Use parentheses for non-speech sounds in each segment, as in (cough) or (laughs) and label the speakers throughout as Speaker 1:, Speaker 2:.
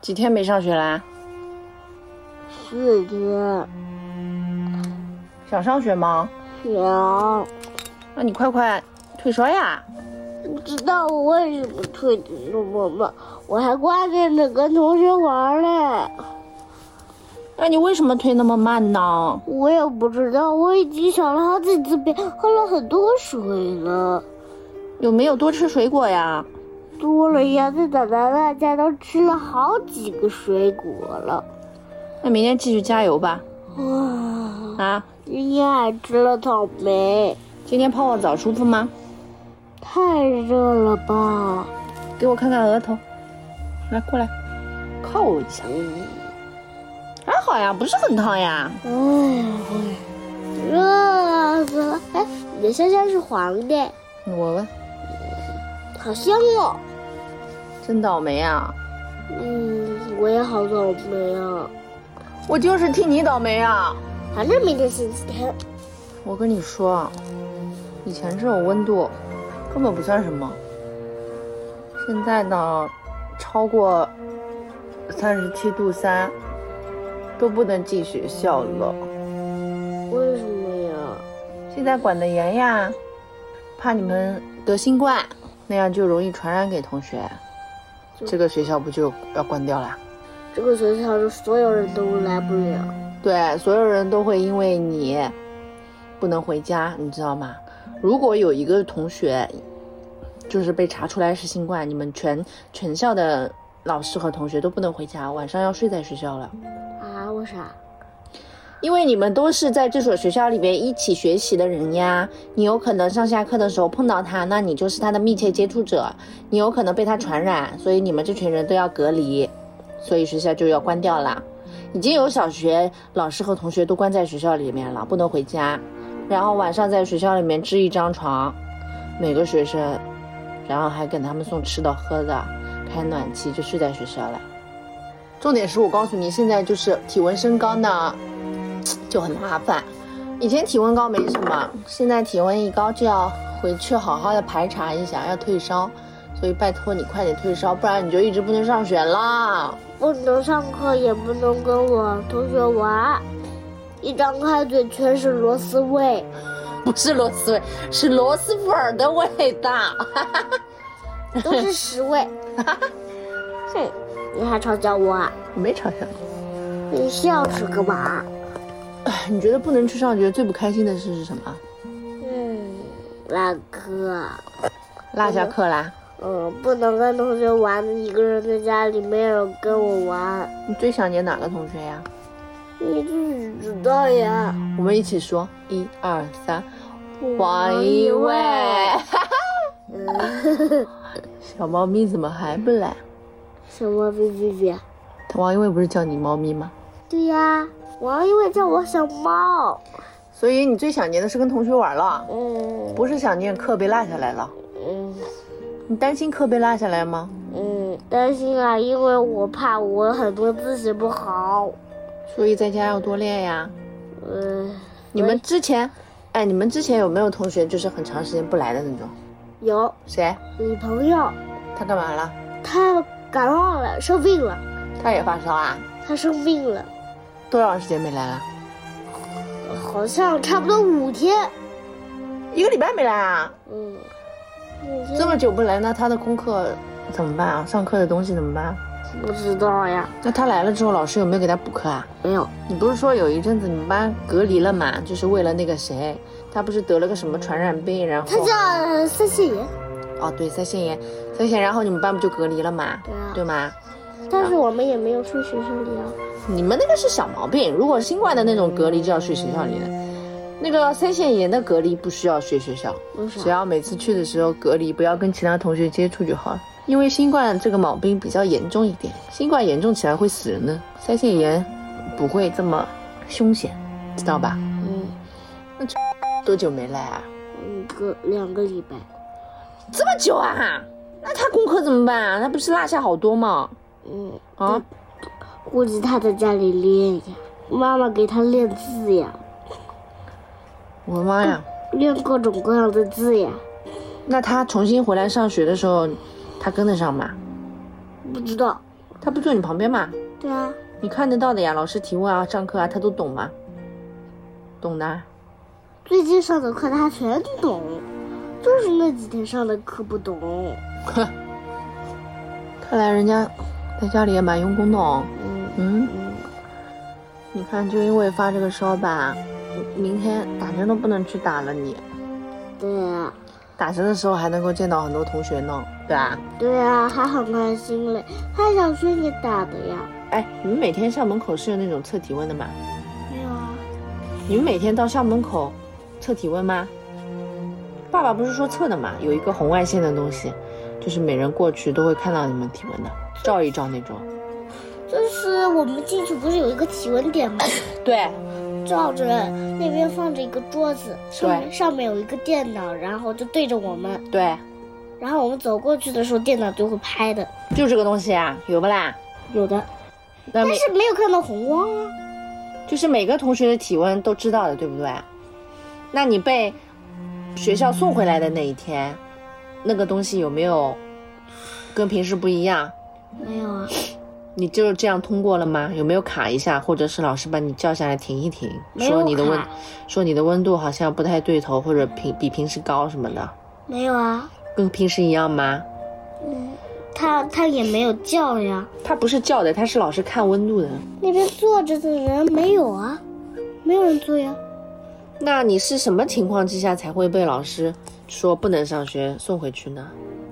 Speaker 1: 几天没上学啦、
Speaker 2: 四天
Speaker 1: 想上学吗？
Speaker 2: 想，
Speaker 1: 那啊你快快退烧呀！
Speaker 2: 你知道我为什么退职了吗？妈我还挂在那跟同学玩嘞，
Speaker 1: 那你为什么退那么慢呢？
Speaker 2: 我也不知道，我已经想了好几次遍，喝了很多水了，
Speaker 1: 有没有多吃水果呀？
Speaker 2: 多了呀，在奶奶那家都吃了好几个水果了，
Speaker 1: 那明天继续加油吧！
Speaker 2: 哇，
Speaker 1: 啊，
Speaker 2: 今天还吃了草莓，
Speaker 1: 今天泡泡澡舒服吗？
Speaker 2: 太热了吧。
Speaker 1: 给我看看额头，来过来，扣一下，还好呀，不是很烫呀。
Speaker 2: 哎呀，热死了！哎，你的香香是黄的，
Speaker 1: 我闻，
Speaker 2: 好香哦。
Speaker 1: 真倒霉啊！
Speaker 2: 嗯，我也好倒霉啊。
Speaker 1: 我就是替你倒霉啊！
Speaker 2: 反正明天星期天，
Speaker 1: 我跟你说，啊，以前这种温度根本不算什么，现在呢，超过三十七度三都不能进学校了。
Speaker 2: 为什么呀？
Speaker 1: 现在管得严呀，怕你们得新冠，那样就容易传染给同学。这个学校不就要关掉啦？
Speaker 2: 这个学校的所有人都来不了。
Speaker 1: 对，所有人都会因为你不能回家，你知道吗？如果有一个同学就是被查出来是新冠，你们全全校的老师和同学都不能回家，晚上要睡在学校了，
Speaker 2: 啊，为啥？
Speaker 1: 因为你们都是在这所学校里边一起学习的人呀。你有可能上下课的时候碰到他，那你就是他的密切接触者，你有可能被他传染，所以你们这群人都要隔离，所以学校就要关掉啦。已经有小学老师和同学都关在学校里面了，不能回家，然后晚上在学校里面支一张床，每个学生，然后还给他们送吃的喝的，开暖气就睡在学校了。重点是我告诉你，现在就是体温升高呢，就很麻烦。以前体温高没什么，现在体温一高就要回去好好的排查一下，要退烧，所以拜托你快点退烧，不然你就一直不能上学了。
Speaker 2: 不能上课，也不能跟我同学玩。一张开嘴全是螺丝味，
Speaker 1: 不是螺蛳味，是螺蛳粉儿的味道。
Speaker 2: 都是屎味。哼，你还嘲笑我啊？
Speaker 1: 我没嘲笑
Speaker 2: 你笑啊是干嘛？
Speaker 1: 你。觉得不能去上学最不开心的事是什么？
Speaker 2: 嗯，那个，
Speaker 1: 落下课啦！
Speaker 2: 嗯，不能跟同学玩，一个人在家里没有人跟我玩，
Speaker 1: 你最想念哪个同学呀？
Speaker 2: 你自己知道呀。
Speaker 1: 我们一起说，一二三，王一 (laughs) 卫。嗯小猫咪怎么还不来？
Speaker 2: 什么 B B B？
Speaker 1: 王一卫不是叫你猫咪吗？
Speaker 2: 对呀，王一卫叫我小猫。
Speaker 1: 所以你最想念的是跟同学玩了，
Speaker 2: 嗯
Speaker 1: 不是想念课被落下来了。
Speaker 2: 嗯
Speaker 1: 你担心课被落下来吗？
Speaker 2: 嗯，担心啊，因为我怕我很多字写不好。
Speaker 1: 所以在家要多练呀。
Speaker 2: 嗯，
Speaker 1: 你们之前，哎，你们之前有没有同学就是很长时间不来的那种？
Speaker 2: 有
Speaker 1: 谁？
Speaker 2: 女朋友，
Speaker 1: 他干嘛了？
Speaker 2: 她感冒了，生病了，
Speaker 1: 他也发烧啊？
Speaker 2: 她生病了。
Speaker 1: 多长时间没来了？
Speaker 2: 好像差不多五天。
Speaker 1: 一个礼拜没来啊？
Speaker 2: 嗯，五
Speaker 1: 这
Speaker 2: 天
Speaker 1: 么久不来，那他的功课怎么办啊？上课的东西怎么办？啊
Speaker 2: 不知道呀，
Speaker 1: 那他来了之后，老师有没有给他补课啊？
Speaker 2: 没有。
Speaker 1: 你不是说有一阵子你们班隔离了嘛？就是为了那个谁，他不是得了个什么传染病，然后
Speaker 2: 他叫三谢炎，
Speaker 1: 哦对，腮腺炎，腮腺，然后你们班不就隔离了嘛？
Speaker 2: 对啊
Speaker 1: 对吗？
Speaker 2: 但是我们也没有去学校里啊。
Speaker 1: 你们那个是小毛病，如果新冠的那种隔离就要睡学校里的，那个腮腺炎的隔离不需要睡学校，
Speaker 2: 为
Speaker 1: 只
Speaker 2: 啥？
Speaker 1: 要每次去的时候隔离，不要跟其他同学接触就好了。因为新冠这个毛病比较严重一点，新冠严重起来会死人的，腮腺炎不会这么凶险，知道吧？
Speaker 2: 嗯
Speaker 1: 多久没来啊？
Speaker 2: 嗯，个两个礼拜。
Speaker 1: 这么久啊？那他功课怎么办啊？他不是落下好多吗？
Speaker 2: 嗯，
Speaker 1: 啊，
Speaker 2: 估计他在家里练呀，妈妈给他练字呀，
Speaker 1: 我的妈呀！
Speaker 2: 练各种各样的字呀。
Speaker 1: 那他重新回来上学的时候，他跟得上吗？
Speaker 2: 不知道，
Speaker 1: 他不坐你旁边嘛，
Speaker 2: 对啊，
Speaker 1: 你看得到的呀，老师提问啊、上课啊，他都懂吗？懂的啊。
Speaker 2: 最近上的课他全懂，就是那几天上的课不懂。
Speaker 1: 呵，看来人家在家里也蛮用功的哦。
Speaker 2: 嗯
Speaker 1: 嗯，
Speaker 2: 嗯，
Speaker 1: 你看，就因为发这个烧吧，明天打针都不能去打了你。
Speaker 2: 对啊，
Speaker 1: 打针的时候还能够见到很多同学呢，对吧、
Speaker 2: 对啊，还很开心嘞，还想去你打的呀？
Speaker 1: 哎，你们每天校门口是有那种测体温的吗？
Speaker 2: 没有啊，
Speaker 1: 你们每天到校门口测体温吗？爸爸不是说测的嘛，有一个红外线的东西，就是每人过去都会看到你们体温的，照一照那种。
Speaker 2: 就是我们进去不是有一个体温点吗？ (coughs)
Speaker 1: 对，
Speaker 2: 照着那边放着一个桌子，上
Speaker 1: 对
Speaker 2: 面上面有一个电脑，然后就对着我们，
Speaker 1: 对，
Speaker 2: 然后我们走过去的时候，电脑就会拍的，
Speaker 1: 就这个东西啊，有不啦？
Speaker 2: 有的，
Speaker 1: 那
Speaker 2: 但
Speaker 1: 每
Speaker 2: 是没有看到红光啊。
Speaker 1: 就是每个同学的体温都知道的，对不对？那你被学校送回来的那一天，那个东西有没有跟平时不一样？
Speaker 2: 没有啊，
Speaker 1: 你就是这样通过了吗？有没有卡一下，或者是老师把你叫下来停一停，
Speaker 2: 没有
Speaker 1: 说你的温
Speaker 2: 卡，
Speaker 1: 说你的温度好像不太对头，或者平比平时高什么的，
Speaker 2: 没有啊，
Speaker 1: 跟平时一样吗？
Speaker 2: 他他也没有叫呀。
Speaker 1: 他不是叫的，他是老师看温度的。
Speaker 2: 那边坐着的人没有啊，没有人坐呀。
Speaker 1: 那你是什么情况之下才会被老师说不能上学送回去呢？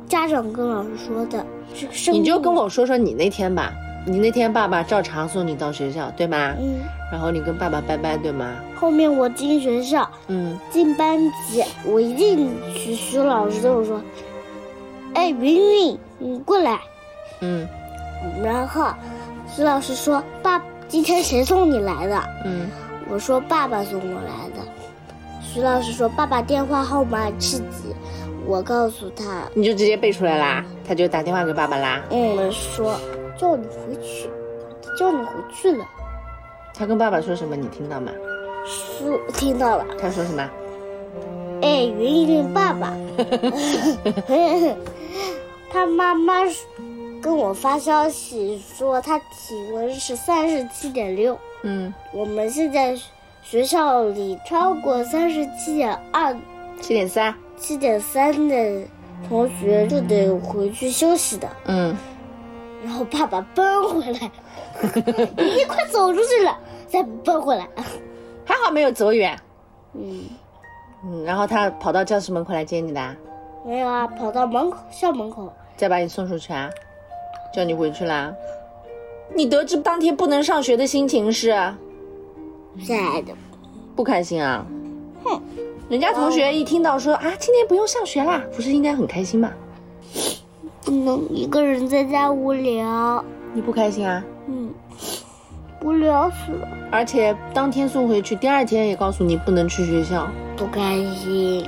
Speaker 2: 家长跟老师说的，是生
Speaker 1: 你就跟
Speaker 2: 我，
Speaker 1: 我说说你那天吧，你那天爸爸照常送你到学校，对吗？
Speaker 2: 嗯，
Speaker 1: 然后你跟爸爸拜拜，对吗？
Speaker 2: 后面我进学校，
Speaker 1: 嗯，
Speaker 2: 进班级，我一进去，徐老师就说：“哎，云云，你过来。
Speaker 1: 嗯”
Speaker 2: 然后，徐老师说：“爸，今天谁送你来的
Speaker 1: 嗯，？”
Speaker 2: 我说：“爸爸送我来的。”徐老师说：“爸爸电话号码是几？”我告诉他，
Speaker 1: 你就直接背出来啦，他就打电话给爸爸啦。
Speaker 2: 嗯，说叫你回去，叫你回去了。
Speaker 1: 他跟爸爸说什么？你听到吗？
Speaker 2: 说听到了，
Speaker 1: 他说什么？
Speaker 2: 哎，云云爸爸，他妈妈跟我发消息说他体温是三十七点六，
Speaker 1: 嗯，
Speaker 2: 我们现在学校里超过三十七点二、
Speaker 1: 七点三。
Speaker 2: 七点三的同学就得回去休息的。
Speaker 1: 嗯，
Speaker 2: 然后爸爸奔回来，你快走出去了，再奔回来。
Speaker 1: 还好没有走远。
Speaker 2: 嗯，
Speaker 1: 嗯，然后他跑到教室门口来接你的啊，
Speaker 2: 没有啊，跑到门口校门口，
Speaker 1: 再把你送出去啊，叫你回去啦。你得知当天不能上学的心情是
Speaker 2: 亲爱的，
Speaker 1: 不开心啊？哼，人家同学一听到说啊，今天不用上学啦，不是应该很开心吗？
Speaker 2: 不能一个人在家无聊，
Speaker 1: 你不开心啊？
Speaker 2: 嗯，无聊死了，
Speaker 1: 而且当天送回去，第二天也告诉你不能去学校。
Speaker 2: 不开心。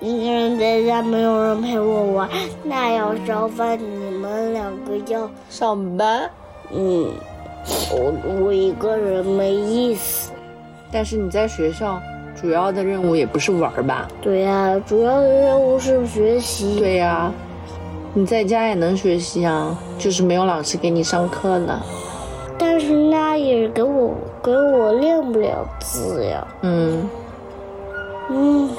Speaker 2: 一个人在家没有人陪我玩，那要烧饭。你们两个要，
Speaker 1: 上班，
Speaker 2: 嗯，我我一个人没意思。
Speaker 1: 但是你在学校主要的任务也不是玩儿吧？
Speaker 2: 对呀、主要的任务是学习。
Speaker 1: 对呀、你在家也能学习啊，就是没有老师给你上课了。
Speaker 2: 但是那也给我给我练不了字呀。
Speaker 1: 嗯，
Speaker 2: 嗯，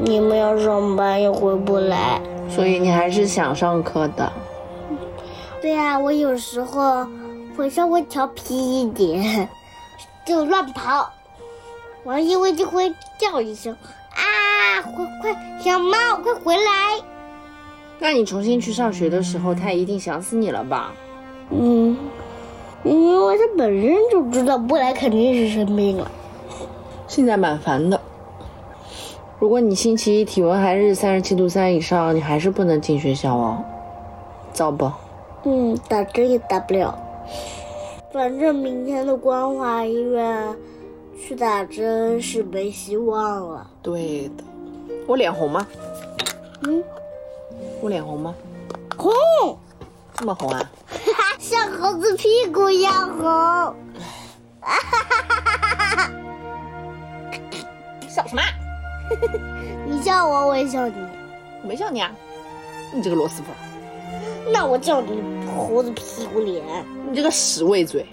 Speaker 2: 你们要上班也回不来。
Speaker 1: 所以你还是想上课的。
Speaker 2: 对呀、我有时候会稍微调皮一点，就乱跑，王一威就会叫一声啊，快快，小猫快回来。
Speaker 1: 那你重新去上学的时候，他一定想死你了吧？
Speaker 2: 嗯，因为他本身就知道不来肯定是生病了。
Speaker 1: 现在蛮烦的。如果你星期一体温还是三十七度三以上，你还是不能进学校哦，糟不？
Speaker 2: 嗯，打针也打不了。反正明天的光华医院去打针是没希望了。
Speaker 1: 对的。我脸红吗？
Speaker 2: 嗯，
Speaker 1: 我脸红吗？
Speaker 2: 红，
Speaker 1: 这么红啊？
Speaker 2: 哈哈，像猴子屁股一样红。
Speaker 1: 你笑什么？
Speaker 2: 你叫我，我也叫你。
Speaker 1: 我没笑你啊！你这个螺蛳粉。
Speaker 2: 那我叫你猴子屁股脸，
Speaker 1: 你这个屎味嘴，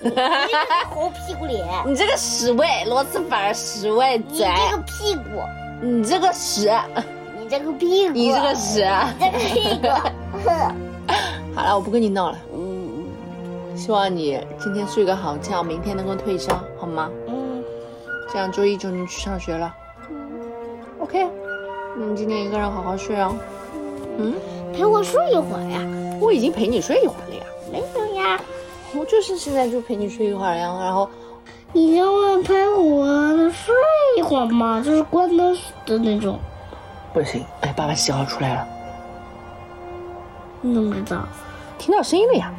Speaker 2: 你这个 (laughs) 猴屁股脸， (laughs)
Speaker 1: 你这个屎味螺蛳粉儿屎味
Speaker 2: 你
Speaker 1: 嘴，
Speaker 2: 这个屁股，
Speaker 1: 你这个屎，
Speaker 2: 你这个屁股，
Speaker 1: 你这个屎。
Speaker 2: 你这个屁 (laughs) 股，
Speaker 1: 好了，我不跟你闹了。
Speaker 2: 嗯
Speaker 1: 希望你今天睡个好觉，明天能够退烧，好吗？
Speaker 2: 嗯
Speaker 1: 这样周一就能去上学了。
Speaker 2: 嗯
Speaker 1: OK，嗯，今天一个人好好睡哦。嗯，
Speaker 2: 陪我睡一会儿呀，
Speaker 1: 我已经陪你睡一会儿了呀，
Speaker 2: 没有呀，
Speaker 1: 我就是现在就陪你睡一会儿呀，然后
Speaker 2: 你让我陪我睡一会儿嘛，就是关灯的那种，
Speaker 1: 不行，哎，爸爸洗好出来了，
Speaker 2: 你怎么知道？
Speaker 1: 听到声音了呀。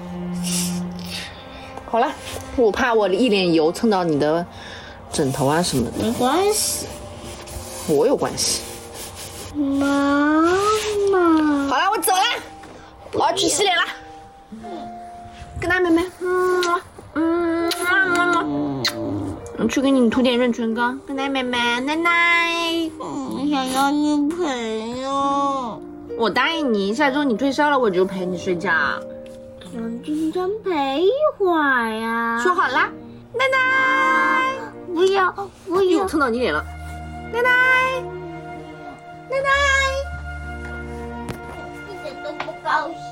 Speaker 1: 好了，我怕我一脸油蹭到你的枕头啊什么的，
Speaker 2: 没关系，
Speaker 1: 我有关系。
Speaker 2: 妈妈，
Speaker 1: 好了，我走了，我要去洗脸了，跟他妹妹，嗯嗯嗯，我去给你涂点润唇膏，跟他妹妹，奶奶，
Speaker 2: 嗯我想要你陪哟，
Speaker 1: 我答应你，下周你退烧了我就陪你睡觉，
Speaker 2: 想嗯今天陪一会儿呀。
Speaker 1: 说好啦，奶奶，
Speaker 2: 不要，不
Speaker 1: 又
Speaker 2: 要，
Speaker 1: 哎蹭到你脸了，奶奶，奶奶。
Speaker 2: 一点都不高兴。